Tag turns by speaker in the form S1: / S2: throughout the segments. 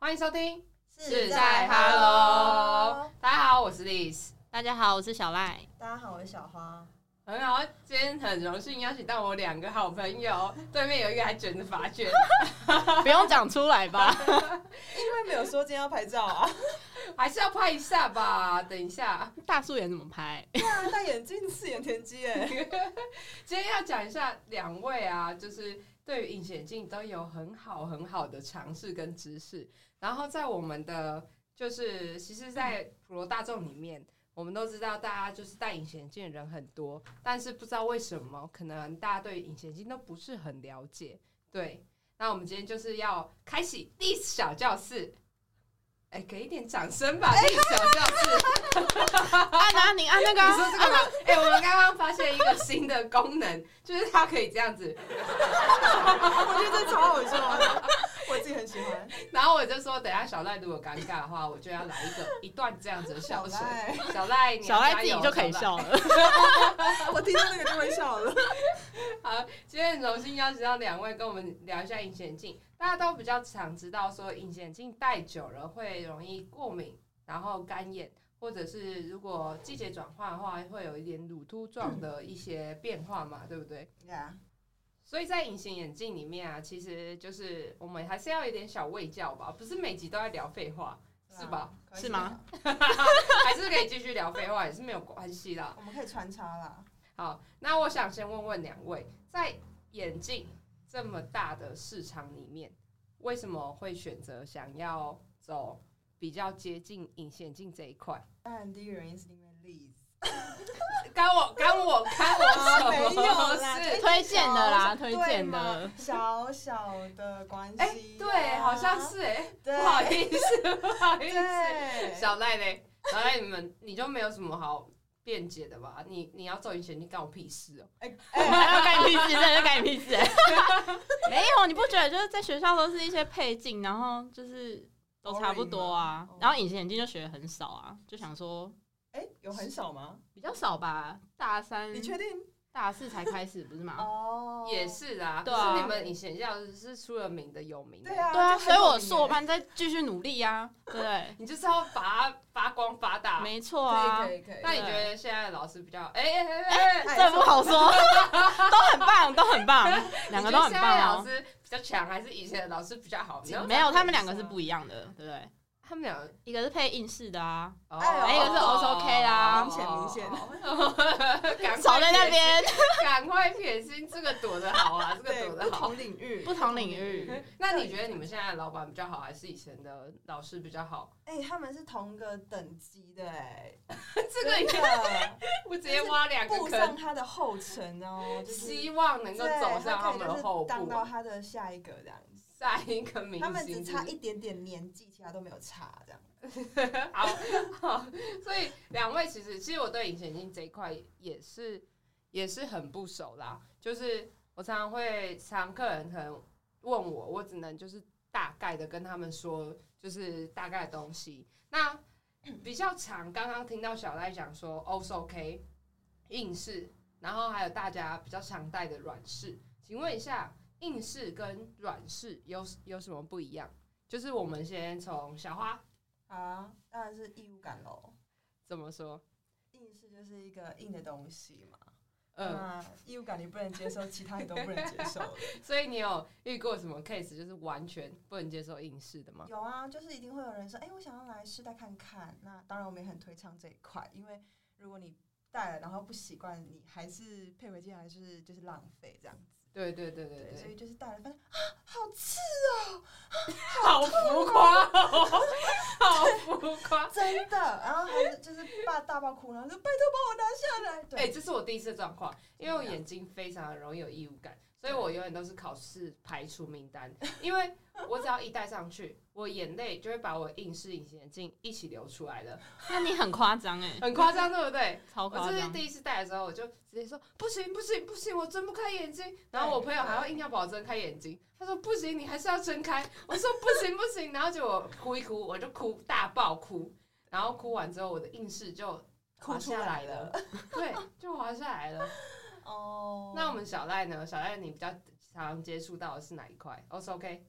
S1: 欢迎收听，
S2: 是
S1: 在 Hello。大家好，我是 Liz，
S3: 大家好，我是小赖。
S2: 大家好，我是小花。
S1: 很好，今天很荣幸邀请到我两个好朋友，对面有一个还卷着发卷，
S3: 不用讲出来 吧？
S2: 因为没有说今天要拍照 啊，
S1: 还是要拍一下吧。等一下，
S3: 大素颜怎么拍？
S2: 戴眼镜刺眼田鸡哎。
S1: 今天要讲一下两位啊，就是对于隐形眼镜都有很好很好的尝试跟知识。然后在我们的就是，其实，在普罗大众里面，我们都知道大家就是戴隐形眼镜的人很多，但是不知道为什么，可能大家对隐形眼镜都不是很了解。对，那我们今天就是要开启历史小教室。哎，给一点掌声吧！哎历史小教室，
S3: 按啊，你按那
S1: 你
S3: 个啊、
S1: 说这个吗？哎、我们刚刚发现一个新的功能，就是它可以这样子。
S2: 我觉得这超好笑， 我自己很喜欢。
S1: 然后我就说，等一下小赖如果尴尬的话，我就要来一个一段这样子的笑声。
S2: 赖，
S1: 小赖，你
S3: 小赖
S1: 加
S3: 自己
S1: 油
S3: 就可以。
S1: 小赖
S3: 笑了。
S2: 我听到那个就会笑了。
S1: 好，今天很荣幸邀请到两位跟我们聊一下隐形眼镜。大家都比较常知道说，隐形眼镜戴久了会容易过敏，然后干眼，或者是如果季节转换的话，会有一点乳突状的一些变化嘛，对不对？所以在隐形眼镜里面啊，其实就是我们还是要有点小卫教吧，不是每集都在聊废话，是吧？
S2: 可以啊
S3: 是吗？
S1: 还是可以继续聊废话，也是没有关系啦。
S2: 我们可以穿插啦。
S1: 好，那我想先问问两位，在眼镜这么大的市场里面，为什么会选择想要走比较接近隐形眼镜这一块？
S2: 当然，第一个原因是因为 Liz。
S1: 干我干我干
S2: 啊
S1: 我什么事？
S3: 推荐的啦
S2: 对
S3: 推荐
S2: 嘛
S3: 的
S2: 小小的关系啊。
S1: 哎、对，好像是哎、
S2: 对。
S1: 不好意思，不好意思。
S2: 对，
S1: 小赖嘞，小赖你们你就没有什么好辩解的吧？你你要做隐形眼镜干我屁事哦、
S2: 哎
S3: 还
S2: 哎，
S3: 要干你屁事，真的干你屁 事。没有，你不觉得就是在学校都是一些配镜，然后就是都差不多啊
S2: Boring 吗
S3: 然后隐形眼镜就学的很少啊，就想说
S2: 哎，有很少吗？
S3: 比较少吧。大三、
S2: 你确定？
S3: 大四才开始不是吗？
S2: 哦
S1: 也。是啊，
S3: 对啊
S1: 可是你们隐形眼镜是出了名的有名的、
S2: 对啊，
S3: 对啊，
S2: 就
S3: 所
S2: 很
S3: 以
S2: 有
S3: 我
S2: 名
S3: 硕
S2: 耶
S3: 班再继续努力啊，对不 对？
S1: 你就是要把它发光发大。
S3: 没错啊，
S2: 可以可以可
S1: 那
S2: 以。
S1: 你觉得现在的老师比较哎哎哎哎，
S3: 这不好 说，都很棒，都很棒，两个都很
S1: 你觉得现在的
S3: 棒
S1: 老
S3: 哦。
S1: 师比较强，还是以前的老师比较好呢？
S3: 没有，他们两个是不一样的，对不对？
S1: 他们俩，
S3: 一个是配应试的啊，
S1: 哦
S2: 哎哦
S3: 一个是 OK 啦
S2: 明显明显
S1: 显，哦赶快
S3: 少在那
S1: 撇清，
S3: 边，
S1: 赶快撇清，这个躲得好 啊，这个
S2: 对
S1: 躲
S2: 不
S1: 得好。
S2: 同领域，
S3: 不同领域。
S1: 那你觉得你们现在的老板比较好，还是以前的老师比较 好？
S2: 哎、他们是同个等级的哎、
S1: 这个
S2: 真
S1: 也
S2: 的
S1: 我直接挖两个
S2: 步上
S1: 坑，
S2: 他的后尘哦，就是
S1: 希望能够
S2: 对
S1: 走上
S2: 他
S1: 他
S2: 可以
S1: 们
S2: 就
S1: 的
S2: 是
S1: 后
S2: 当到
S1: 步，
S2: 他的下一个这样子。
S1: 下一个明
S2: 他们只
S1: 星
S2: 差
S1: 就是。
S2: 一点点年纪，其他都没有差这样。
S1: 好，好，所以两位其实，其实我对隐形眼镜这一块也是也是很不熟啦。就是我常常会，常客人可能问我，我只能就是大概的跟他们说，就是大概的东西。那 比较常刚刚听到小赖讲说 o s o K 硬式，然后还有大家比较常戴的软式，请问一下，硬式跟软式有有什么不一样？就是我们先从小花
S2: 啊，当然是义务感喽。
S1: 怎么说？
S2: 硬是就是一个硬的东西嘛，
S1: 嗯，
S2: 那义务感你不能接受，其他你都不能接受的。
S1: 所以你有遇过什么 case 就是完全不能接受应试的吗？
S2: 有啊，就是一定会有人说，哎、我想要来试戴看看。那当然，我们也很推倡这一块，因为如果你戴了然后不习惯，你还是配回进来就是就是浪费这样子。
S1: 对对对对
S2: 对，所
S1: 对，
S2: 以就是戴了，发现
S1: 好浮夸哦，好浮夸！
S2: 真的， 然后还是就是大大爆哭，然后就拜托帮我拿下来。对，
S1: 哎、这是我第一次的状况，因为我眼睛非常容易有异物感，所以我永远都是考试排除名单，因为我只要一戴上去，我眼泪就会把我应试隐形眼镜一起流出来了，
S3: 那你很夸张哎，
S1: 很夸张，对不对？
S3: 超
S1: 我
S3: 夸
S1: 这是
S3: 张。
S1: 第一次戴的时候，我就直接说不行不行不行，我睁不开眼 睛。然后我朋友还要硬要把我睁开眼睛，他说不行，你还是要睁开。我说不行不行，然后结果哭一哭，我就哭大爆哭，然后哭完之后我的硬式就滑
S2: 哭出
S1: 下来
S2: 来
S1: 了
S2: 了，
S1: 对，就滑下来了。
S2: 哦
S1: 那我们小赖呢？小赖你比较常接触到的是哪一块？O S O K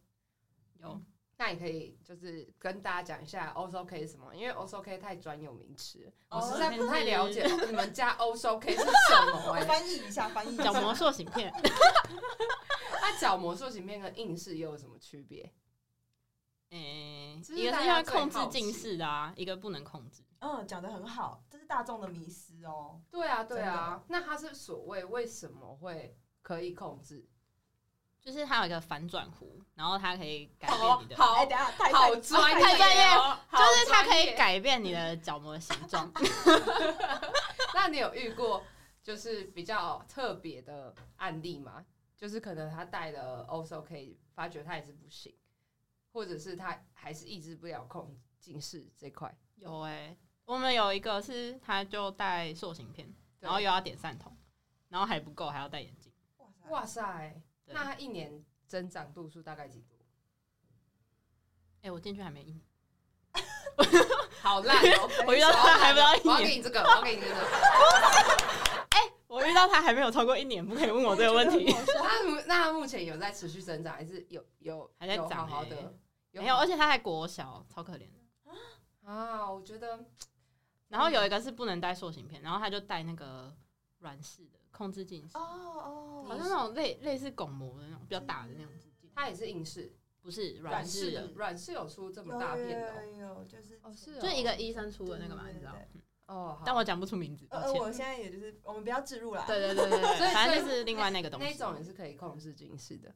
S3: 有
S1: 那你可以就是跟大家讲一下 O S O K 是什么，因为 O S O K 太专有名词，我实在不太了解你们家 O S O K 是什 么、
S2: 我
S1: 欸。
S2: 翻译一下，翻译一
S3: 角
S2: 下。
S3: 膜塑形 片，
S1: 它角膜塑形片跟硬式又有什么区别？
S3: 嗯，
S1: 这是
S3: 一个
S1: 大
S3: 是
S1: 家
S3: 要
S1: 最
S3: 控制
S1: 好奇
S3: 近视的啊，一个不能控制。
S2: 嗯，讲的很好，这是大众的迷思哦。
S1: 对啊，对
S2: 真
S1: 啊，那它是所谓为什么会可以控制？
S3: 就是它有一个反转弧，然后它可以改
S1: 好
S3: 变你的，
S1: 好
S2: 哎，等一下太
S1: 好
S2: 太
S1: 专
S3: 太哦专业
S1: 哦，
S3: 就是它可以
S1: 改。
S3: 改变你的角膜的形状。
S1: 那你有遇过就是比较特别的案例吗？就是可能他戴了 also 可以发觉他也是不行，或者是他还是抑制不了控近视这块。
S3: 有哎、我们有一个是他就戴塑形片，
S1: 对
S3: 然后又要点散瞳，然后还不够，还要戴眼镜。
S2: 哇塞
S1: 哇塞，
S3: 对，
S1: 那
S3: 哎、
S1: 他一年增长度数大概几度？
S3: 我进去还没一年，
S1: 好烂哦！
S3: 我遇到他还不到一
S1: 我要
S3: 年
S1: 给你这个，我要给你这个。
S3: 我遇到他还没有超过一年，不可以问我这个问题。
S2: 我觉得很好笑
S1: 那目那他目前有在持续增长，还是有有
S3: 还在
S1: 有好
S3: 长
S1: 好
S3: 欸
S1: 的？
S3: 没有，
S1: 好
S3: 而且他还国小，超可怜的。
S1: 啊，我觉得
S3: 然后有一个是不能戴塑形片，然后他就戴那个软式的控制近视，
S2: 哦哦，
S3: 好像那种类类似巩膜的那种比较大的那种镜片，
S1: 他也是硬视，
S3: 不是
S1: 软
S3: 软
S1: 视
S3: 式
S1: 的
S3: 的，
S1: 软视有出这
S2: 有
S1: 么大片的哦
S2: 有有有，就是
S1: 哦是哦
S3: 就是一个医生出的那个嘛，
S2: 对对对
S3: 你知道？
S1: 哦。好
S3: 但我讲不出名字，
S2: 呃
S3: 抱
S2: 呃，
S3: 歉。
S2: 我现在也就是我们不要置入啦，
S3: 对对对对
S1: 所以
S3: 对， 反正就是另外那个东
S1: 那
S3: 西，
S1: 种也是可以控制近视的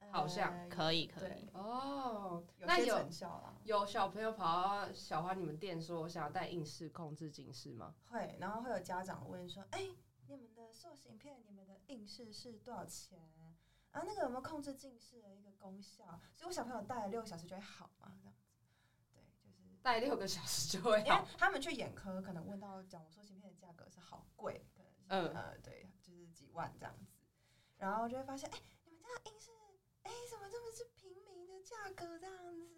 S2: 呃，
S1: 好像
S3: 可以可以
S2: 对。
S1: 哦。
S2: 有
S1: 那
S2: 些
S1: 有
S2: 成效啦，
S1: 有小朋友跑到小花你们店说想要戴硬式控制近视吗？
S2: 会，然后会有家长问说，哎，你们的塑形片、你们的硬式是多少钱？啊，那个有没有控制近视的一个功效？所以我小朋友戴了六个小时就会好嘛，这样子。对，就是
S1: 戴六个小时就会
S2: 因为
S1: 好。
S2: 他们去眼科可能问到角膜塑形片的价格是好贵，可能是、
S1: 嗯
S2: 呃对，就是几万这样子，然后就会发现，哎、你们家的硬是，哎、怎么这么是平民的价格这样子？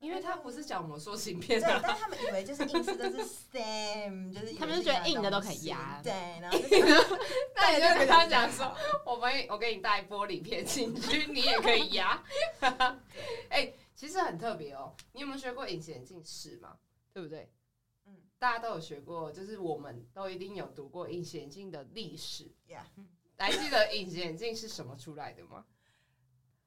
S1: 因为它不是角膜塑形
S2: 对，
S1: 片啊，
S2: 但他们以为就是硬是都 是 same，就是以为
S3: 他们
S2: 是
S3: 就觉得
S2: 一样
S3: 硬的都
S2: 东
S3: 可以
S2: 西
S3: 压
S2: 对，然后就是
S1: 那你就 跟他讲
S2: 对
S1: 说，我们我给你带玻璃片进去，你也可以压。 哎、其实很特别哦。你有没有学过隐形眼镜式嘛？对不对？
S2: 嗯
S1: 大家都有学过，就是我们都一定有读过隐形眼镜的历史。
S2: Yeah
S1: 还记得隐形眼镜是什么出来的吗？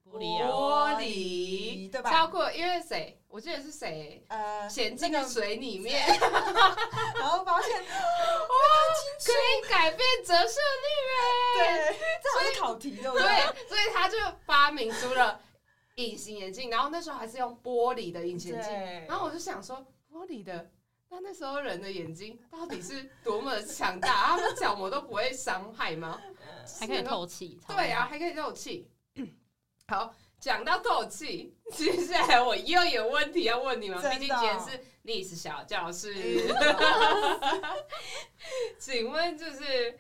S3: 玻璃啊，
S1: 玻璃超
S2: 对吧？
S1: 过，因为谁？我记得是谁
S2: 呃，
S1: 潜进
S2: 那
S1: 了
S2: 个
S1: 水里面，
S2: 然后发现，
S1: 可以改变折射率哎。
S2: 对，这好像是考题对不对？
S1: 对，所以他就发明出了隐形眼镜，然后那时候还是用玻璃的隐形眼镜。
S2: 对，
S1: 然后我就想说，玻璃的，那那时候人的眼睛到底是多么的强大？ 他们角膜都不会伤害吗？
S2: 嗯
S3: 还可以透气。超
S1: 对啊，
S3: 厉害，
S1: 还可以透气。 好，讲到透气， 接下来我又有问题要问你们，
S2: 真的
S1: 毕竟今天是历史小教 室，
S2: 嗯
S1: 请问就是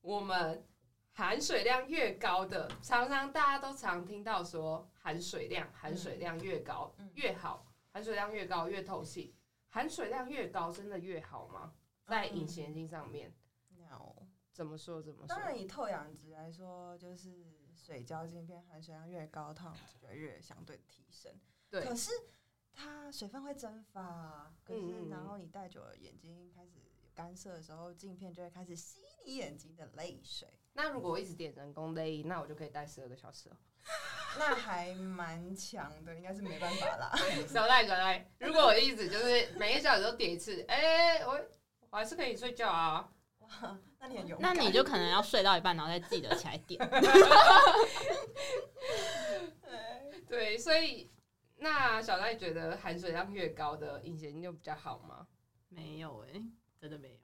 S1: 我们含水量越高的，常常大家都常听到说含水量，含水量越高、
S2: 嗯
S1: 越好，含水量越高越透气，含水量越高真的越好吗？
S2: 嗯
S1: 在隐形眼镜上面、
S2: No
S1: 怎么说怎么说
S2: 当？然，以透氧值来说，就是水胶镜片含水量越高，透氧值就会越相对提升。
S1: 对
S2: 可是它水分会蒸发，可
S1: 嗯嗯
S2: 是
S1: 嗯
S2: 然后你戴久了，眼睛开始干涩的时候，镜片就会开始吸你眼睛的泪水，
S1: 那如果我一直点人工泪，那我就可以戴十二个小时了。
S2: 那还蛮强的，应该是没办法啦。
S1: 小赖小赖，如果我一直就是每个小时都点一次，哎、我我还是可以睡觉啊。
S2: 哇，那你很勇
S3: 那
S2: 敢。
S3: 你就可能要睡到一半，然后再记得起来点。
S2: 对
S1: 对，所以那小赖觉得含水量越高的隐形眼镜就比较好吗？
S3: 没有哎，真的没有。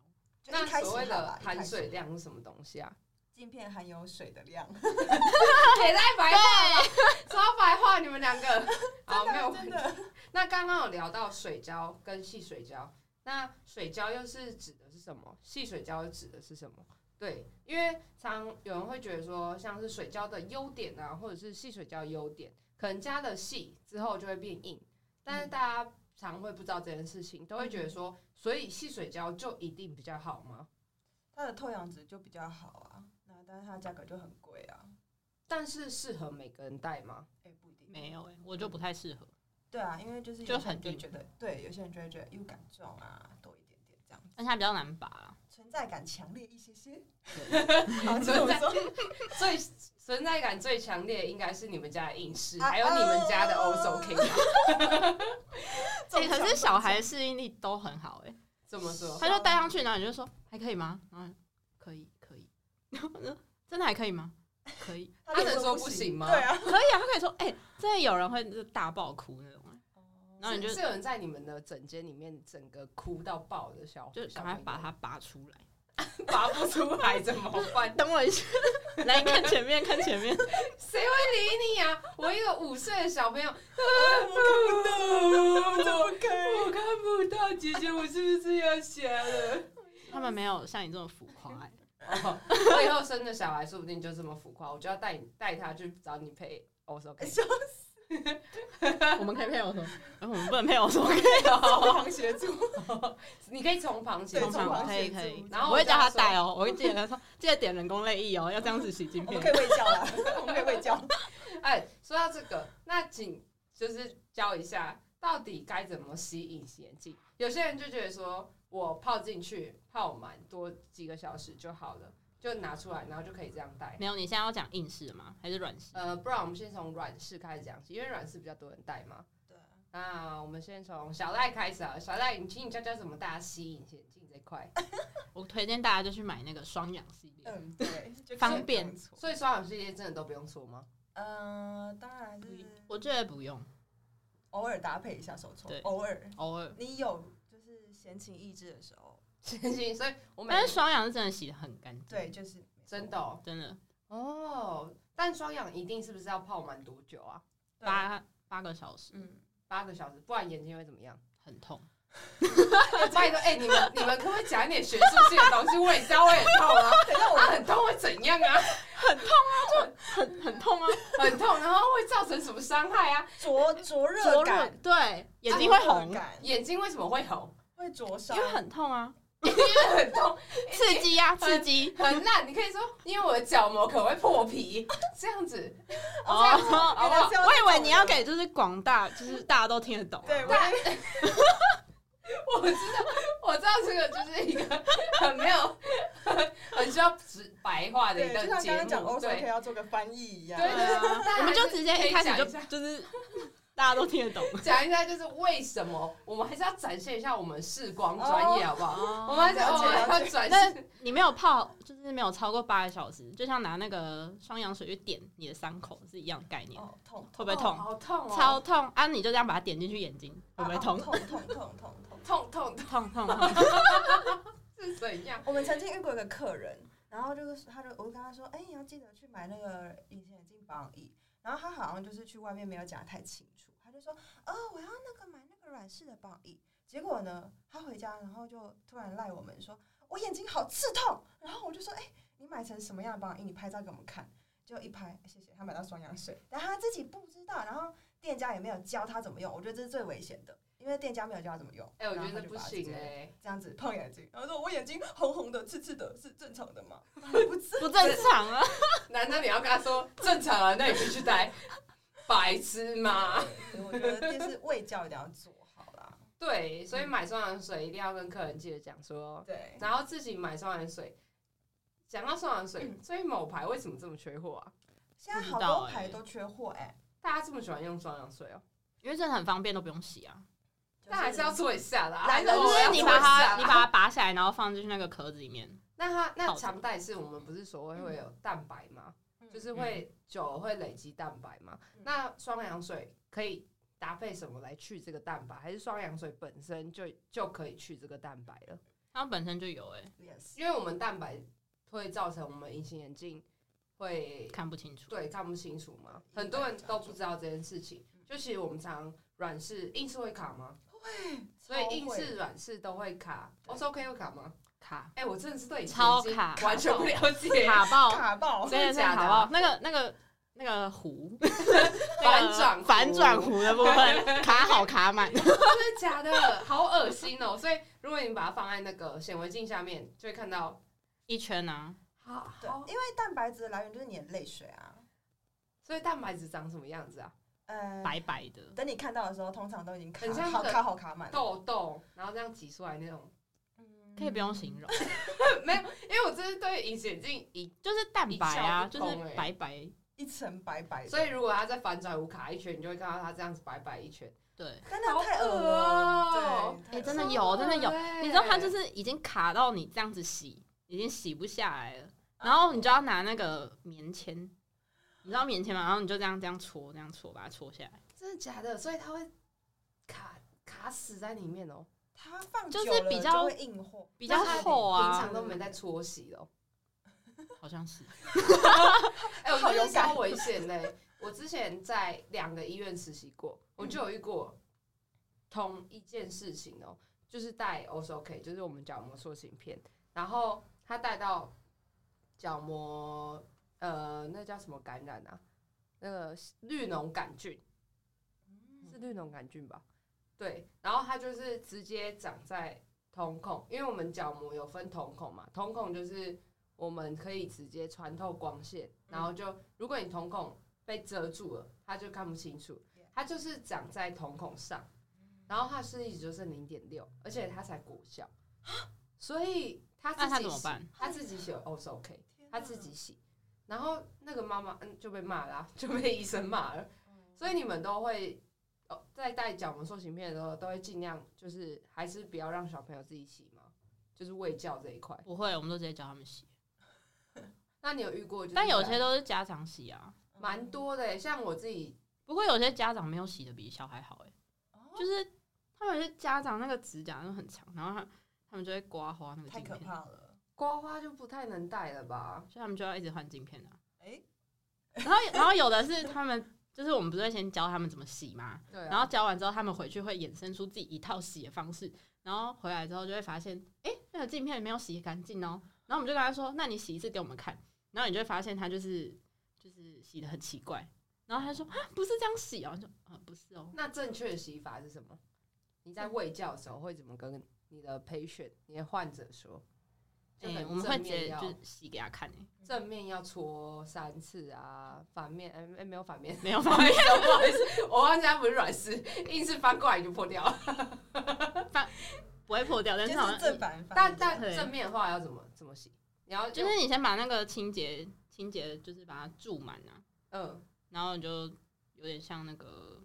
S2: 就
S1: 那
S2: 一开始
S1: 所谓
S2: 好
S1: 的
S2: 啦一
S1: 含
S2: 开始
S1: 水哦量是什么东 西啊？
S2: 镜片含有水的量，
S1: 也太白话了，超白话你们两 个。好，没有问题。
S2: 真的
S1: 那刚刚有聊到水胶跟细水胶，那水胶又是指的是什么？细水胶又指的是什么？对，因为常有人会觉得说，像是水胶的优点啊，或者是细水胶的优点，可能加了细之后就会变硬，但是
S2: 嗯
S1: 大家常会不知道这件事情，都会觉得说，所以细水胶就一定比较好吗？
S2: 它的透氧值就比较好啊，那但是它的价格就很贵啊，
S1: 但是适合每个人戴吗？
S2: 哎、不一定。
S3: 欸没有哎，我就不太适合。
S2: 对啊，因为就是有
S3: 就
S2: 些人
S3: 很
S2: 就
S3: 硬
S2: 觉得，对，有些人就会觉得优感重啊，多一点点这样，
S3: 但它比较难拔啦。
S2: 存在感强烈一些些。 好，
S1: 存
S2: 你怎么
S1: 在
S2: 说？
S1: 最存在感最强烈的应该是你们家的影视，
S2: 啊
S1: 还有你们家的欧洲 K 啊。
S3: 哎、可是小孩适应力都很好哎、
S1: 怎么说？
S3: 他就戴上去，然后你就说还可以吗？然后可以可以， 然后呢真的还可以吗？可以
S2: 他
S1: 他
S2: 连
S1: 能说不
S2: 不
S1: 行吗
S2: 对啊，
S3: 可以啊，他可以说哎、真的有人会就是大爆哭那种欸，然后你就是
S1: 是有人在你们的枕间里面整个哭到爆的小，
S3: 就赶快把它拔出来。
S1: 小朋友拔不出来怎么 办？
S3: 等我一下， 来看前面看前面，
S1: 谁会理你啊？我一个五岁的小朋友，
S2: 啊 我们怎么可以？
S1: 我看不到，姐姐，我是不是要瞎了？
S3: 他们没有像你这种浮夸、欸，
S1: 哦我以后生的小孩说不定就这么浮夸，我就要带你带他去找你配哦欧洲 K。
S2: 说
S3: 我们可以配偶说，呃 我们不能配偶说，
S2: 旁协助，
S1: 你可以从旁协
S2: 对
S1: 助
S3: 通
S2: 从
S1: 啊
S2: 旁
S3: 常可以
S2: 协
S3: 可以
S2: 助，
S1: 然后
S3: 我
S1: 我
S3: 会
S1: 就
S3: 叫
S1: 要
S3: 他
S1: 说
S3: 带哦，我会记得他说记得点人工泪液哦，要这样 子洗晶
S2: 我
S3: 片
S2: 们可。以喂教啦， 我们可以喂教。啊
S1: 哎，说到这个，那请就是教一下，到底该怎么吸隐形眼镜？有些人就觉得说我泡进去泡满多几个小时就好了，就拿出来，然后就可以这样戴。
S2: 嗯
S3: 没有，你现在要讲硬式吗？还是软式？
S1: 呃，不然我们先从软式开始讲起，因为软式比较多人戴嘛。
S2: 对啊，
S1: 那我们先从小赖开始啊，小赖，你请你教教怎么大家吸隐形眼镜这一块。
S3: 我推荐大家就去买那个双氧系列，
S2: 嗯，对，就
S3: 方便
S2: 可以这样嗯做。
S1: 所以双氧系列真的都不用搓 吗？
S2: 嗯，当然是
S3: 我觉得不用，
S2: 偶尔搭配一下手冲
S3: 对，
S2: 偶尔
S3: 偶尔。
S2: 你有就是闲情逸致的时候，
S1: 行，所以我每
S3: 但是双氧是真的洗的很干净，
S2: 对，，就是
S1: 真的哦
S3: 真的
S1: 哦，但双氧一定是不是要泡满多久啊？
S2: 对
S3: 八八个小时
S2: 嗯，
S1: 八个小时，不然眼睛会怎么 样？
S3: 很痛。
S1: 拜托，哎、你们你们可不可以讲一点学术性的东西？我也知道我也痛 啊，
S2: 等一下
S1: 我
S2: 我
S1: 很痛会怎样啊？
S3: 很很痛啊，
S1: 很痛，然后会造成什么伤害啊？
S2: 灼灼热
S3: 灼
S2: 感
S3: 热，，对，眼睛会
S2: 灼热
S3: 红，
S2: 感
S1: 眼睛为什么会红？
S2: 会灼
S3: 因
S2: 伤，
S3: 为很痛啊，
S1: 因为很痛，
S3: 刺 激啊，刺激。
S1: 很烂。你可以说，因为我的角膜可能会破皮，这样子。哎
S2: 哦这样子
S1: 好不
S2: 原来
S1: 好
S2: 是？要
S3: 我以为你要给就是广大，就是大家都听得懂啊。
S2: 对，我
S1: 但我知道，我知道这个就是一个很没有、 很需要直白话的
S2: 对，
S1: 一
S2: 就
S1: 个
S2: 像刚
S1: 节
S2: 刚讲
S1: 目。
S2: 欧洲可以
S1: 对，
S2: 要做个翻译一样，
S1: 对
S3: 对 啊
S1: 但还是
S3: 我们就直接一开始
S1: 可以讲一
S3: 就
S1: 下
S3: 就是大家都 听得懂。
S1: 讲一下就是为什么我们还是要展现一下我们视光专
S3: 哦
S1: 业，好不好？我
S3: 我
S1: 们还是
S2: 了
S1: 我
S2: 解
S1: 们
S2: 了
S1: 还
S2: 解
S1: 要转
S3: 那
S1: 身，
S3: 你没有泡，就是没有超过八个小时，就像拿那个双氧水去点你的伤口是一样的概念，
S2: 哦，痛，
S3: 会不会痛？
S1: 哦好痛哦，
S3: 超痛啊！你就这样把它点进去眼睛，会不会
S2: 啊
S3: 痛？
S2: 痛痛痛痛痛。
S1: 痛痛痛
S3: 痛痛痛！
S1: 是怎样？
S2: 我们曾经遇过一个客人，然后就是他就我就跟他说，哎、你要记得去买那个隐形眼镜保养液。然后他好像就是去外面没有讲得太清楚，他就说，哦，我要那个买那个软式的保养液。结果呢，他回家然后就突然赖我们说，我眼睛好刺痛。然后我就说，哎、你买成什么样的保养液？你拍照给我们看。就一拍，谢谢他买到双氧水，但他自己不知道，然后店家也没有教他怎么用，我觉得这是最危险的，因为店家没有教他怎么用。
S1: 哎、我
S2: 然
S1: 觉
S2: 后
S1: 得
S2: 他就
S1: 不
S2: 把它直
S1: 行
S2: 接
S1: 哎、
S2: 这样子碰眼睛，然后说我眼睛红红的、刺刺的，是正常的吗？不是，
S3: 不正常啊！
S1: 难道你要跟他说正常啊？那你必须戴， 白痴吗？
S2: 所以我觉得就是卫教一定要做好啦。
S1: 对，所以买双氧水一定要跟客人记得讲说，
S2: 对，
S1: 然后自己买双氧水。讲到双氧水，所以某牌为什么这么缺货啊？
S2: 现在好多牌都缺货哎、
S1: 大家这么喜欢用双氧水哦，
S3: 因为真的很方便，都不用洗啊。
S1: 但还是要做一下啦。
S2: 懒
S1: 还
S2: 人
S1: 是
S2: 哦
S1: 我
S3: 就
S1: 们
S3: 是
S1: 要
S3: 你
S1: 做
S3: 把
S1: 一下
S3: 它
S1: 啦
S3: 你把它拔下来，然后放进去那个壳子里面。
S1: 那它那
S3: 好的
S1: 常戴是我们不是所谓会有蛋白吗？
S2: 嗯
S1: 就是会久了会累积蛋白嘛。
S2: 嗯
S1: 那双氧水可以搭配什么来去这个蛋白？还是双氧水本身就就可以去这个蛋白了？
S3: 它本身就有哎、
S2: yes，
S1: 因为我们蛋白会造成我们隐形眼镜会
S3: 看不清楚。
S1: 对看不清楚嘛，
S2: 白
S1: 很多人都不知道这件事情。就其实我们常软式硬式会卡吗？所以硬式软式都会卡。
S2: 对
S1: O S O K 会卡吗？
S3: 卡
S1: 哎、我真的是对隐形
S3: 超
S1: 眼镜
S3: 卡
S1: 完全不了解。
S3: 卡
S2: 超会
S3: 爆，
S2: 卡爆，
S3: 真的
S1: 真
S3: 是
S1: 的假的
S3: 卡
S1: 啊
S3: 爆。那个那个那个 弧，
S1: 反转弧
S3: 反转弧的部分，卡好卡 满。
S1: 真的假的？好恶心哦！所以如果你把它放在那个显微镜下面，就会看到，
S3: 一圈啊，
S1: 好
S2: 对，因为蛋白质的来源就是你的泪水啊。
S1: 所以蛋白质长什么样子啊？
S2: 呃，
S3: 白白的，
S2: 等你看到的时候，通常都已经卡
S1: 很像
S2: 好
S1: 那个
S2: 卡好卡满，
S1: 痘痘，然后这样挤出来那种，
S2: 嗯
S3: 可以不用形容，
S1: 没有，因为我真是对隐形眼镜一，
S3: 就是蛋白啊，
S1: 一
S3: 就
S1: 窍不通
S3: 是白白，
S2: 一层白白的，
S1: 所以如果它在反转舞卡一圈，你就会看到它这样子白白一圈，
S3: 对，
S2: 但那太恶
S1: 好恶
S2: 了
S1: 哦，
S2: 对，
S3: 哎真的
S2: 太恶了
S3: 有真的有
S1: 超恶欸
S3: 你知道它就是已经卡到你这样子洗，已经洗不下来了，然后你就要拿那个棉签，你知道棉签吗？然后你就这样这样搓，这样搓把它搓下来，
S1: 真的假的，所以它会卡卡死在里面哦，
S2: 它放
S3: 就是
S2: 久了
S3: 比较
S2: 会硬化，
S3: 比较厚
S1: 平
S3: 啊
S1: 常，都没在搓洗哦。
S3: 好像是，
S1: 哎、我
S2: 好
S1: 觉得
S2: 勇敢
S1: 超危险的欸、我之前在两个医院实习过，我就有遇过同一件事情哦、就是戴 O S O K，就是我们角膜塑形片，然后他戴到角膜呃，那叫什么感染啊？那个绿脓杆菌是
S2: 嗯
S1: 绿脓杆菌吧？对，然后它就是直接长在瞳孔，因为我们角膜有分瞳孔嘛，瞳孔就是我们可以直接穿透光线，然后就如果你瞳孔被遮住了，它就看不清楚
S2: Yeah，
S1: 它就是长在瞳孔上，然后它视力只剩零点六，而且它才国小，所以他自
S3: 那
S1: 己
S3: 它怎么
S1: 洗
S3: 办？
S1: 他自己写 O S O K，
S2: 天哪
S1: 哦他自己洗，然后那个妈妈嗯就被骂啦、 就被医生骂了。所以你们都会哦，在戴角膜塑形片的时候，都会尽量就是还是不要让小朋友自己洗嘛，就是喂教这一块。
S3: 不会，我们都直接教他们洗，
S1: 那你有遇过就是戴？
S3: 但有些都是家长洗啊，
S1: 蛮多的耶，欸像我自己
S3: 不过有些家长没有洗的比小孩好哎、
S2: 哦
S3: 就是他们有些家长那个指甲都很长，然后他他们就会刮花那个
S2: 太
S3: 镜
S2: 可
S3: 片，
S2: 怕了，
S1: 刮花就不太能戴了吧？
S3: 所以他们就要一直换镜片啊。
S2: 哎，
S3: 然后然后有的是他们就是我们不是会先教他们怎么洗嘛，
S1: 对、啊，
S3: 然后教完之后他们回去会衍生出自己一套洗的方式，然后回来之后就会发现，诶，那个镜片没有洗干净哦。然后我们就跟他说，那你洗一次给我们看，然后你就会发现他就是就是洗的很奇怪。然后他就说啊，不是这样洗哦，我就啊不是哦，
S1: 那正确的洗法是什么？你在喂教的时候会怎么跟你的 patient、你的患者说？就
S3: 哎、
S1: 很
S3: 我们会
S1: 正
S3: 直接
S1: 面要
S3: 就是洗给他看、欸，
S1: 正面要搓三次啊，反面哎、哎没有反面，
S3: 没有
S1: 不
S3: 反
S1: 好意思，不好意思， 我忘记它不是软式，硬是翻过来就破 掉了。
S3: 不会破掉，但
S2: 就是
S3: 好
S2: 是
S3: 像
S2: 正反
S1: 但
S2: 反的，
S1: 但
S3: 对
S1: 正面的话要怎么怎么洗？你要
S3: 就是你先把那个清洁清洁就是把它注满啊，
S1: 嗯，
S3: 然后你就有点像那个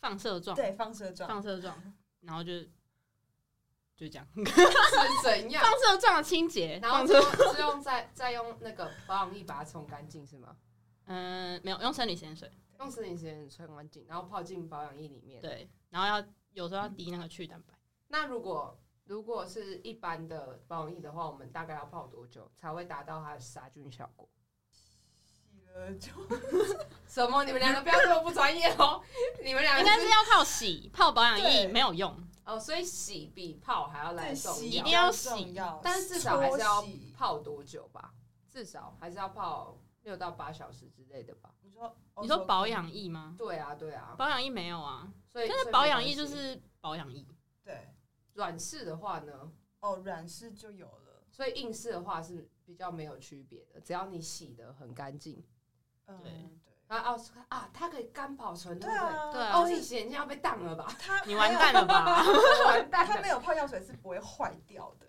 S3: 放射状，
S2: 对放射状，
S3: 放射状，然后就就这样，
S1: 是怎样？
S3: 放射状的清洁，
S1: 然后
S3: 放
S1: 之
S3: 射，
S1: 后之后再 再用那个保养液把它冲干净是吗？
S3: 嗯、没有用生理盐水，
S1: 用十年时间冲干净，然后泡进保养液里面。
S3: 对，然后要有时候要滴那个去蛋白，
S1: 那如果如果是一般的保养液的话，我们大概要泡多久才会达到它的杀菌效果？
S2: 洗了就
S1: 什么？你们两个不要这么不专业哦！你们两个
S3: 应该是要靠洗泡保养液
S2: 对
S3: 没有用，
S1: 哦，所以洗比泡还要来
S2: 对
S1: 得重要
S2: 洗
S3: 一定要
S2: 比较重要，
S1: 但是至少还是要
S2: 搓洗
S1: 泡多久吧？至少还是要泡六到八小时之类的吧？
S2: 你说哦
S3: 你说保养液吗？
S1: 对啊，对啊，
S3: 保养液没有啊，
S1: 所以
S3: 但是
S1: 所以
S3: 保养
S1: 没
S3: 液
S1: 关
S3: 就
S1: 系
S3: 是保养液，
S2: 对
S1: 软式的话呢，
S2: 哦软式就有了，
S1: 所以硬式的话是比较没有区别的，只要你洗的很干净。
S2: 嗯
S3: 对
S2: 对。
S1: 啊啊啊！它可以干保存，
S2: 对
S1: 不对？
S2: 啊，
S3: 对啊
S1: 哦，你洗人家要被当 了吧？
S2: 它
S3: 你完蛋了吧？
S2: 啊
S1: 完蛋
S2: 它
S1: 了！
S2: 没有泡药水是不会坏掉的，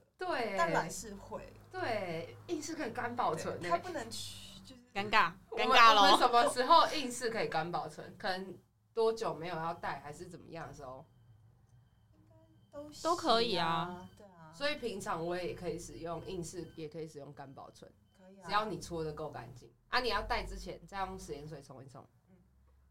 S2: 但软
S1: 对
S2: 式会，
S1: 对，硬式可以干保存
S2: 对它
S1: 欸。
S2: 不能去就是
S3: 尴尬，
S1: 我
S3: 尴
S1: 们
S3: 尬
S1: 我们
S3: 喽。
S1: 什么时候硬式可以干保存？可能多久没有要戴，还是怎么样的时候？
S2: 都
S3: 都可以
S2: 洗
S3: 啊
S2: 啊，对啊，
S1: 所以平常我也可以使用硬式，也可以使用干保存。
S2: 可以啊，
S1: 只要你搓的够干净啊，你要戴之前再用食盐水冲一冲
S2: 嗯。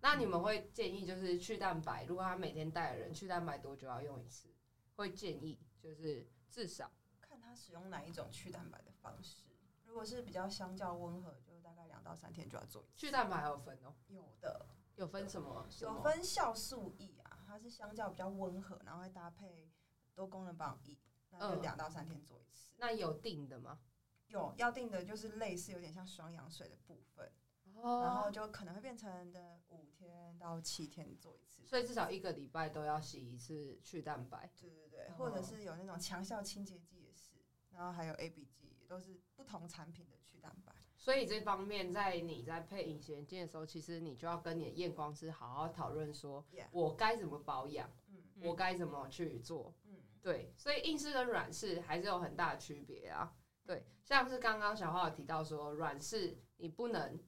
S1: 那你们会建议就是去蛋白，如果他每天戴的人，去蛋白多久要用一次？会建议就是至少
S2: 看他使用哪一种去蛋白的方式。如果是比较相较温和，就大概两到三天就要做一次。
S1: 去蛋白还有分哦，
S2: 有的
S1: 有分什么？什
S2: 有
S1: 么？
S2: 分酵素液啊，它是相较比较温和，然后会搭配多功能保养液，那就
S1: 嗯
S2: 两到三天做一次。
S1: 那有定的吗？
S2: 有要定的就是类似有点像双氧水的部分，然后
S1: 哦，
S2: 就可能会变成的五天到七天做一次。
S1: 所以至少一个礼拜都要洗一次去蛋白。
S2: 对对对，或者
S1: 哦
S2: 是有那种强效清洁剂也是，然后还有 A B 剂也都是不同产品的去蛋白。
S1: 所以这方面，在你在配隐形眼镜的时候，其实你就要跟你的验光师好好讨论，说
S2: Yeah
S1: 我该怎么保养，
S2: 嗯
S3: 嗯
S1: 我该怎么去做。
S2: 嗯，
S1: 对，所以硬式跟软式还是有很大的区别啊。对，像是刚刚小花有提到说，软式你不能，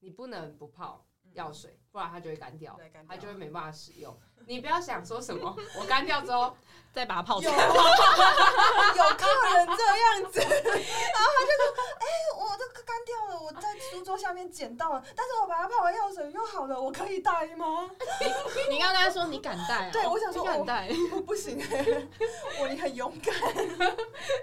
S1: 你不能不泡
S2: 嗯
S1: 药水，不然它就会干掉，
S2: 对干
S1: 它就
S2: 掉
S1: 会没办法使用。你不要想说什么，我干掉之后，
S3: 再把它泡出
S2: 有有
S3: 来。
S2: 客人这样子，然后他就说：“哎、我这个干掉了，我在书桌下面捡到了，但是我把它泡完药水又好了，我可以戴吗？
S1: 哎
S3: 你刚刚说你敢戴、啊？
S2: 对我想说
S3: 你敢戴，
S2: 我不行、 欸，我你很勇敢，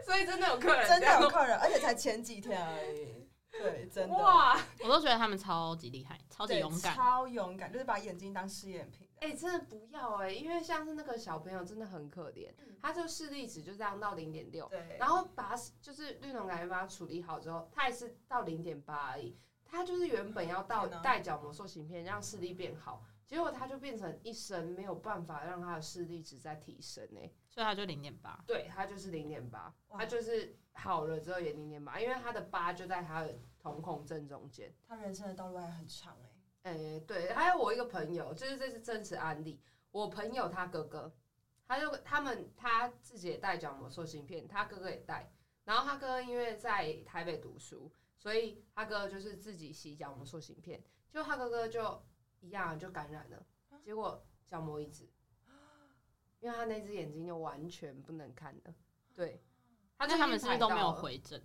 S1: 所以真的有客人
S2: 真
S1: 这
S2: 的
S1: 样
S2: 有客人，而且才前几天而已，对，真的。”
S1: 哇，
S3: 我都觉得他们超级厉害，超级
S2: 对
S3: 勇敢。
S2: 超勇敢，就是把眼睛当试验品的。
S1: 哎、真的不要哎、因为像是那个小朋友真的很可怜，他就视力值就这样到零点六，
S2: 嗯对，
S1: 然后把它就是绿能感觉把它处理好之后，他也是到零点八而已。他就是原本要到
S2: 天哪
S1: 带角膜塑形片让视力变好，结果他就变成一生没有办法让他的视力值再提升哎、
S3: 所以他就零点八，
S1: 对他就是零点八，
S2: 哇
S1: 他就是好了之后也零点八，因为他的八就在他的瞳孔正中间。
S2: 他人生的道路还很长哎、
S1: 哎、对，还有我一个朋友，就是这是真实案例。我朋友他哥哥，他就他们他自己也戴角膜塑形片，他哥哥也戴。然后他哥哥因为在台北读书，所以他哥哥就是自己洗角膜塑形片，就他哥哥就一样就感染了，结果角膜移植，因为他那只眼睛就完全不能看了。对，他
S3: 那
S1: 就
S3: 他们是不是都没有
S1: 回？
S3: 回诊？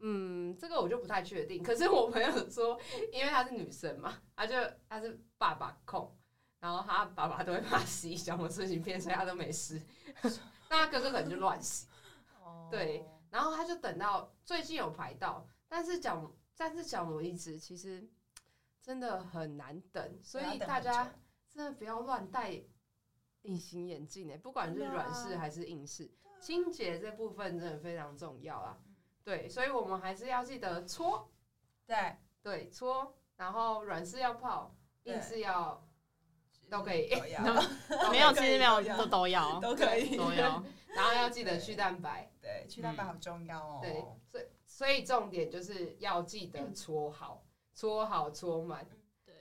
S1: 嗯，这个我就不太确定。可是我朋友说，因为她是女生嘛，她就她是爸爸控，然后她爸爸都会把她洗小魔事情片，所以她都没事。 那她哥哥可能就乱洗，
S2: 哦
S1: 对，然后她就等到最近有排到，但是角但是角膜移植其实真的很难等，所
S2: 啊
S1: 以大家真的不要乱戴隐形眼镜诶，不管是
S2: 真的啊啊
S1: 软式还是硬式，清洁这部分真的非常重要啊。
S2: 嗯
S1: 对，所以我们还是要记得搓，
S2: 对
S1: 对搓，然后软式要泡，
S2: 对
S1: 硬式 要都可以
S2: 都要
S3: 都没有，其实没有，都都要，
S2: 都可以，
S3: 都要。
S1: 然后要记得去蛋白，
S2: 对，去蛋白好重要哦。嗯
S1: 对，所以所以重点就是要记得搓好，搓好搓满。
S3: 对，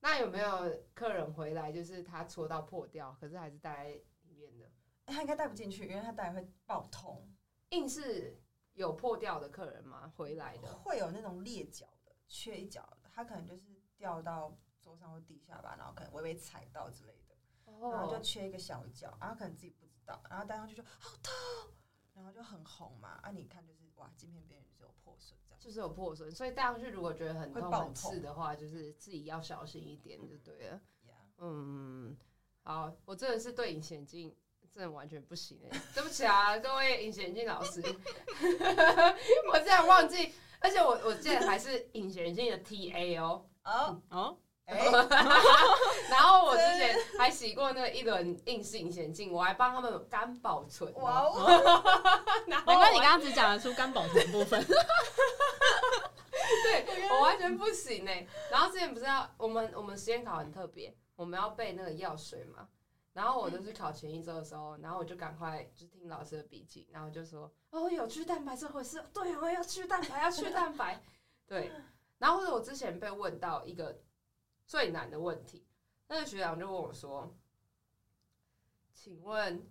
S1: 那有没有客人回来就是他搓到破掉，可是还是待在里面的？
S2: 哎他应该带不进去，因为他带会爆痛，
S1: 硬是有破掉的客人吗？回来的
S2: 会有那种裂角的、缺一角的，他可能就是掉到桌上或地下吧，然后可能微微踩到之类的，然后就
S1: 哦，
S2: 缺一个小角，然后可能自己不知道，然后戴上去就好痛，然后就很红嘛。啊，你看就是哇，镜片边缘就是有破损这样。
S1: 就是有破损，所以戴上去如果觉得很
S2: 会
S1: 痛
S2: 爆
S1: 很
S2: 痛
S1: 刺的话，就是自己要小心一点就对了。
S2: Yeah
S1: 嗯，好，我真的是对隐形眼镜真的完全不行哎、 对不起啊，各位隐形眼镜老师， 我竟然忘记，而且我我竟然还是隐形眼镜的 TA 哦，
S2: 哦，
S3: 哦，
S2: 哎，
S1: 然后我之前还洗过那个一轮硬式隐形眼镜，我还帮他们干保存、哦，
S2: 哇哦！
S1: 然后
S3: 难怪你
S1: 哦我
S3: 刚刚只讲得出干保存部分，
S1: 对我完全不行哎、然后之前不是要我们我们实验考很特别，我们要背那个药水嘛。然后我就是考前一周的时候，然后我就赶快就听老师的笔记，然后就说哦有去蛋白这回事，对哦要去蛋白要去蛋白，对。然后或者我之前被问到一个最难的问题，那个学长就问我说，请问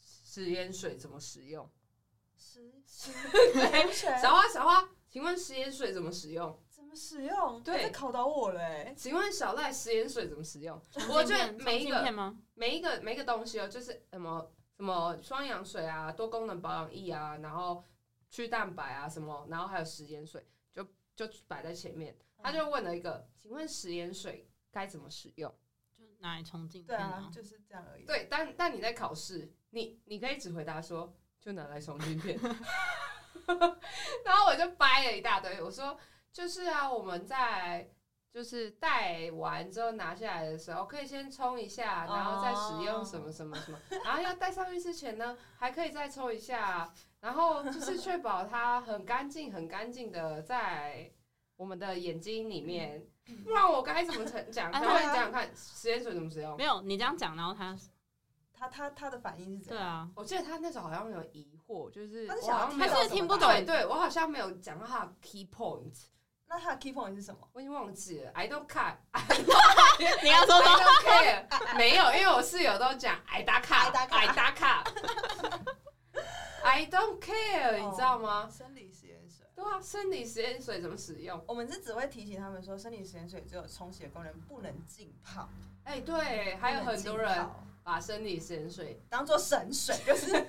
S1: 食盐水怎么使用？
S2: 食食盐水
S1: 小花小花，请问食盐水怎么使用？
S2: 怎么使用？
S1: 对
S2: 这考倒我了哎、
S1: 请问小赖食盐水怎么使用？我觉得每一
S3: 镜片
S1: 个
S3: 吗？
S1: 每一个每一个东西哦，就是什么什么双氧水啊、多功能保养液啊，然后去蛋白啊什么，然后还有食盐水，就就摆在前面。
S3: 嗯
S1: 他就问了一个，请问食盐水该怎么使用？
S3: 就拿来冲镜
S2: 对
S3: 片
S2: 啊
S3: 啊，，
S2: 就是这样而已。
S1: 对，但但你在考试，你你可以只回答说就拿来冲镜片， 然后我就掰了一大堆，我说就是啊，我们在就是戴完之后拿下来的时候，可以先冲一下，然后再使用什
S2: 哦
S1: 么什么什么，然后要戴上去之前呢，还可以再冲一下，然后就是确保它很干净很干净的在。我们的眼睛里面，不然我该怎么讲？讲，
S2: 啊
S3: 哎
S1: 他会讲讲看，食盐水怎么使用？
S3: 没有你这样讲，然后他
S2: 他他他的反应是怎
S3: 对
S2: 样？
S3: 啊，
S1: 我记得他那时候好像有疑惑，就是
S2: 他是
S1: 我
S2: 想要
S1: 好像
S2: 听
S1: 没
S3: 到
S1: 有
S3: 他是听不懂
S1: 对，对我好像没有讲到他的 key point，
S2: 那他的 key point 是什么？
S1: 我已经忘记了。I don't care，
S3: 你要说
S1: I
S3: 说，
S1: don't care，没 有，因为我室友都讲 I 打卡
S2: 挨打卡
S1: ，I 打卡 ，I don't care，你知道
S3: 哦
S1: 吗？
S2: 哦生理实验水。
S1: 对啊，生理实验水怎么使用？
S2: 我们是只会提醒他们说，生理实验水只有冲洗的功能，不能浸泡。
S1: 哎，对，还有很多
S2: 不能
S1: 人
S2: 浸泡
S1: 把生理实验水
S2: 当做神水，就 是、啊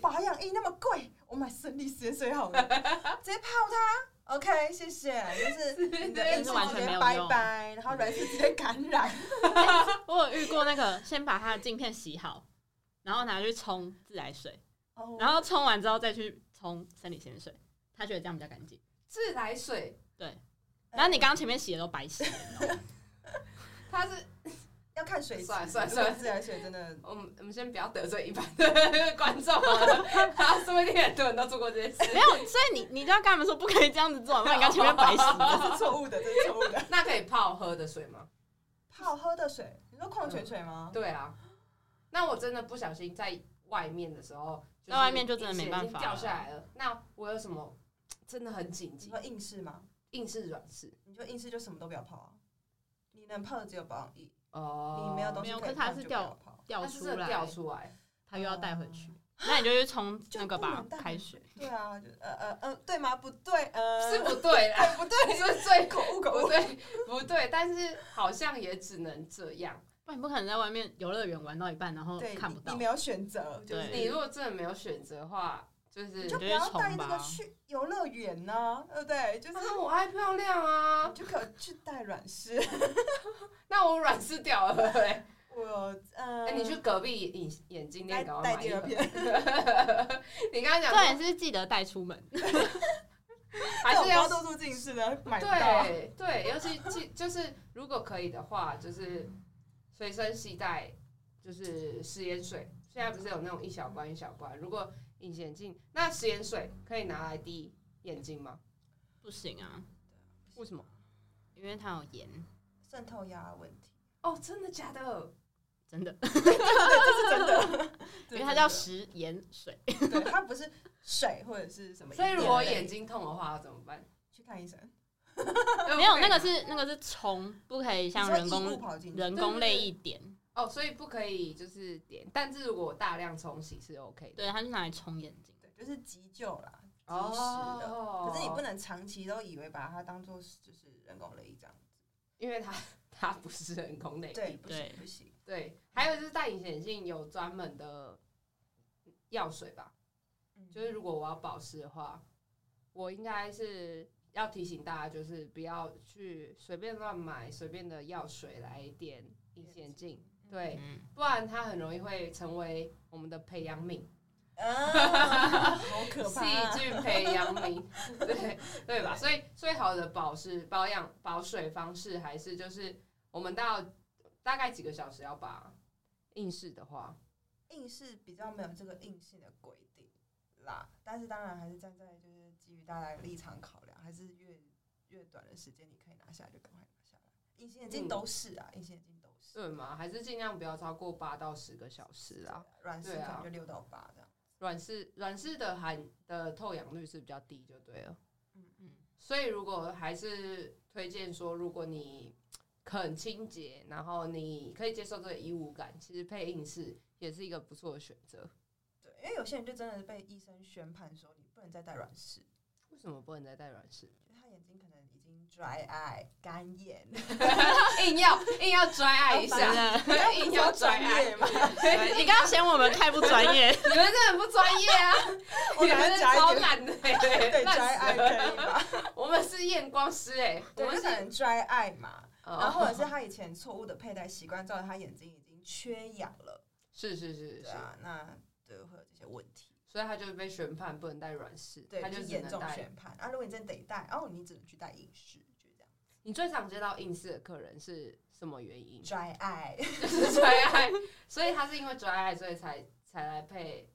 S2: 保养液那么贵，我买生理食盐水好了，直接泡它。OK，谢谢。就是你的硬
S3: 是
S2: 质
S3: 完
S2: 直
S3: 全
S2: 接
S3: 没有
S2: 拜
S3: 用
S2: 拜，然后软质直接感染。
S3: 我有遇过那个，先把他的镜片洗好，然后拿去冲自来水，
S2: 哦
S3: 然后冲完之后再去冲生理盐水，他觉得这样比较干净。
S1: 自来水，
S2: 嗯
S3: 然后你刚刚前面洗的都白洗了，你知道吗
S1: 它是
S2: 要看水质，
S1: 算了算了
S2: 如果
S1: 算了
S2: 自来水真的
S1: 我们我们先不要得罪一般的 观众啊，他说不定很多人都做过这件事。
S3: 没有，所以你你就要跟他们说不可以这样子做，不然你刚刚前面白洗了。
S2: 这是错误的，这是 错误的。
S1: 那可以泡喝的水吗？
S2: 泡喝的水，你说矿泉水吗？
S1: 对啊，那我真的不小心在外面的时候，是
S3: 在外面就真的没办
S1: 饮水已
S3: 法了
S1: 经掉下来了。那我有什么真的很紧
S2: 你
S1: 急
S2: 说，硬式吗？
S1: 硬是软是？
S2: 你就硬式就什么都不要泡啊。你能泡的只有保养液，
S1: 哦
S2: 你没有东西
S3: 没有
S2: 可以
S3: 可是它
S2: 泡
S3: 是
S2: 就不要
S3: 掉
S2: 泡。
S3: 掉
S1: 它是
S3: 出
S1: 真的
S3: 来，
S1: 掉出来，
S3: 他又要带回去。那你就去冲那个
S2: 哦就不
S3: 吧
S2: 能带，回
S3: 开水。
S2: 对啊，就呃呃呃，对吗？不对，呃，
S1: 是不对啦，
S2: 不对，
S1: 是最
S2: 口误口误
S1: 不。对不对，但是好像也只能这样。
S3: 不然你不可能在外面游乐园玩到一半，然后
S2: 对，
S3: 看不
S2: 你
S3: 到
S2: 你没。有选择，就是
S3: 对
S1: 你如果真的没有选择的话，就
S2: 你
S1: 是
S2: 就不
S3: 觉得
S2: 要
S3: 宠
S2: 带这个
S3: 吧
S2: 去游乐园呢，对不对？就是
S1: 啊，我爱漂亮啊
S2: 你，就可去带软 式。
S1: 那我软是掉了、欸。
S2: 我呃，
S1: 哎、你去隔壁眼眼镜
S2: 带
S1: 店搞
S2: 带第二片，
S1: 你刚刚讲说
S3: 重点是记得带出门，
S1: 还是
S2: 高
S1: 要
S2: 度近视的买不到。
S1: 对对，尤其记就是如果可以的话，就是随身携带就是食盐水。现在不是有那种一小罐一小罐，如果隐形眼镜，那食盐水可以拿来滴眼睛吗？
S3: 不行啊，
S1: 为什么？
S3: 因为它有盐，
S2: 渗透压问题，
S1: 哦，真的假的？
S3: 真的，
S2: 这是真的，
S3: 因
S2: 对
S3: 为它叫食盐水。
S2: 对，它不是水或者是什么。
S1: 所以如果眼
S2: 睛
S1: 睛痛的话要怎么办？
S2: 去看医生，
S3: 没有，那个是那个是冲，不可
S2: 啊
S3: 以
S2: 你
S3: 像
S2: 说
S3: 人
S2: 异物
S3: 工
S2: 跑进去，
S3: 人工泪一点。
S1: 哦，所以不可以就是点，但是如果大量冲洗是 OK 的。
S3: 对，它就拿来冲眼睛。
S2: 对，就是急救啦，及时的。
S1: 哦
S2: 可是你不能长期都以为把它当做就是人工泪这样，
S1: 因为它它不是人工内
S2: 对，
S1: 衣。
S2: 不行
S3: 对
S2: 不行，
S1: 对，还有就是戴隐形眼镜有专门的药水吧，
S2: 嗯
S1: 就是如果我要保湿的话，我应该是要提醒大家，就是不要去随便乱买随便的药水来点隐形眼镜，对，
S3: 嗯，
S1: 不然它很容易会成为我们的培养皿，
S2: 啊，好可
S1: 细
S2: 怕 啊！
S1: 菌培养皿，对对吧？所以最好的保湿、保养、保水方式还是就是我们到大概几个小时要把硬式的话，
S2: 硬是比较没有这个硬性的规定啦，但是当然还是站在就是基于大家的立场考量，还是越越短的时间你可以拿下来就赶快拿下来。隐形眼镜
S1: 嗯
S2: 都是啊，隐形眼镜都是，
S1: 对吗？还是尽量不要超过八到十个小时啊。
S2: 软式
S1: 对啊
S2: 可能就六到八这样。
S1: 软式软式的含的透氧率是比较低，就对了。
S2: 嗯
S3: 嗯
S1: 所以如果还是推荐说，如果你肯清洁，然后你可以接受这个衣物感，其实配硬式也是一个不错的选择。
S2: 对，因为有些人就真的是被医生宣判说你不能再戴软式，
S1: 为什么不能再戴软式？
S2: 就他眼睛可能已经 dry eye 干眼，
S1: 硬要硬要拽爱一
S3: 真
S1: 下，
S2: 啊
S3: 的，
S1: 硬要拽
S2: 专
S1: 爱，
S2: 业嘛，
S3: 你刚刚嫌我们太不专 业，
S1: 你们真的很不专业啊！
S2: 我
S1: 你
S2: 拿
S1: 们
S2: 来
S1: 是
S2: 夹
S1: 超
S2: 一点。
S1: 懒的、
S2: 对
S1: 欸，
S2: dry
S1: 烂
S2: eye
S1: 死了。
S2: 可以 吧？
S1: 我们是验光师哎、我
S2: 对，
S1: 们
S2: 就是可能 dry eye 嘛，然
S1: 哦，
S2: 后或者是他以前错误的佩戴习惯，造成他眼睛已经缺氧了。
S1: 是是是
S2: 对
S1: 是。
S2: 啊，那对会有这些问题，
S1: 所以他就是被宣判不能戴软式，
S2: 对，
S1: 他
S2: 就
S1: 就是只
S2: 严
S1: 能
S2: 重
S1: 戴。
S2: 宣判。啊，如果你真的得戴，哦，你只能去戴隐适，就这样。
S1: 你最常接到硬式的客人是什么原 因？
S2: dry eye，
S1: 就是拽爱，所以他是因为拽爱，所以才才来配。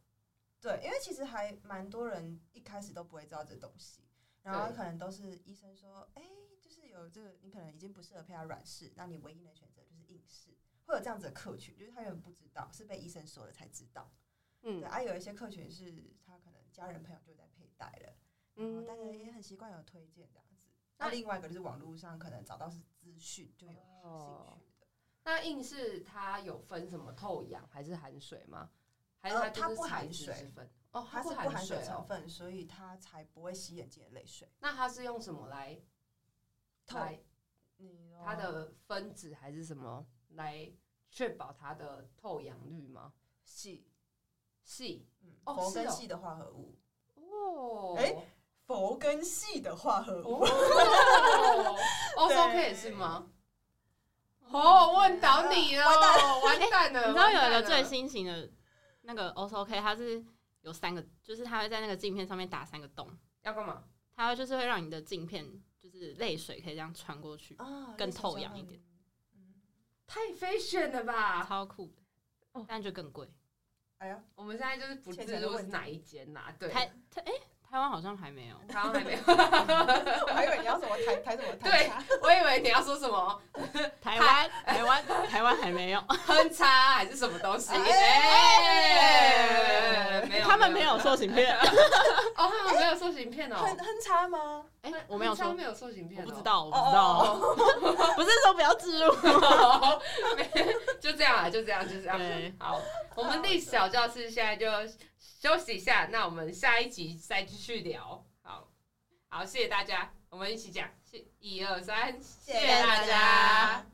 S2: 对，因为其实还蛮多人一开始都不会知道这东西，然后
S1: 对
S2: 可能都是医生说，哎，就是有这个，你可能已经不适合配戴软式，那你唯一能选择就是硬式，会有这样子的客群，就是他原本不知道，是被医生说了才知道。
S1: 嗯
S2: 对啊，有一些客群是他可能家人朋友就在佩戴了，
S1: 嗯
S2: 然哦后大家也很习惯有推荐这样子。那
S1: 那
S2: 另外一个就是网络上可能找到是资讯就有兴
S1: 哦
S2: 趣的，
S1: 那硬是它有分什么透氧还是含水吗？还是
S2: 呃
S1: 它就是
S2: 它不含
S1: 材质
S2: 水
S1: 之分？哦，
S2: 它是
S1: 不
S2: 不
S1: 含
S2: 含水成
S1: 哦。
S2: 分，所以它才不会洗眼睛的泪水。
S1: 那它是用什么来
S2: 透哦
S1: 来
S2: 你说
S1: 它的分子还是什么来确保它的透氧率吗？
S2: 硒，
S1: 系
S2: 嗯，
S1: 哦
S2: 佛
S1: 是
S2: 跟
S1: 哦
S2: 硒的化合物，
S1: 哦，
S2: 哎 佛跟硒的化合
S1: 哦
S2: 物，
S1: 欧洲
S2: 对
S1: 配也是吗？哦，问倒你了，完蛋了！
S3: 你知道有一
S1: 完蛋
S3: 个
S1: 了
S3: 最新型的那个 O S O K，它是有三个，就是它会在那个镜片上面打三个洞，
S1: 要干嘛？
S3: 它就是会让你的镜片就是泪水可以这样穿过去，
S2: 啊，
S3: 更
S2: 类似
S3: 透
S2: 这
S3: 氧一
S2: 样
S3: 点。
S2: 嗯，
S1: 太 fashion 了吧！
S3: 超酷的
S1: 哦，
S3: 但就更贵。
S2: 哎呀，
S1: 我们现在就是不置
S2: 钱的
S1: 入
S2: 问
S1: 是
S2: 题
S1: 哪一间呐、对，
S3: 台台哎，台湾好像还没有。
S1: 台湾还没有，
S2: 我还以为你要什么抬抬什么
S1: 对
S2: 抬叉，
S1: 我以为你要说什么
S3: 台湾，台湾，台湾还没有，
S1: 哼差还是什么东西？哎
S2: 哎
S1: 哎没有，
S3: 他们没有塑形片，
S1: 哦，他们没有塑形片哦，
S2: 很很差吗？
S3: 哎，我没有
S1: 他
S3: 说
S1: 们，没有塑形片、
S3: 我
S1: 哦，
S3: 不知，道，我不知道，
S2: 哦哦，
S3: 不是说不要植入，
S1: 就这样啊，就这样，就这样。
S3: 对，
S1: 好，我们历史小教室现在就休息一下，那我们下一集再继续聊。好，好，谢谢大家，我们一起讲，谢一二三，谢
S2: 谢
S1: 谢大家。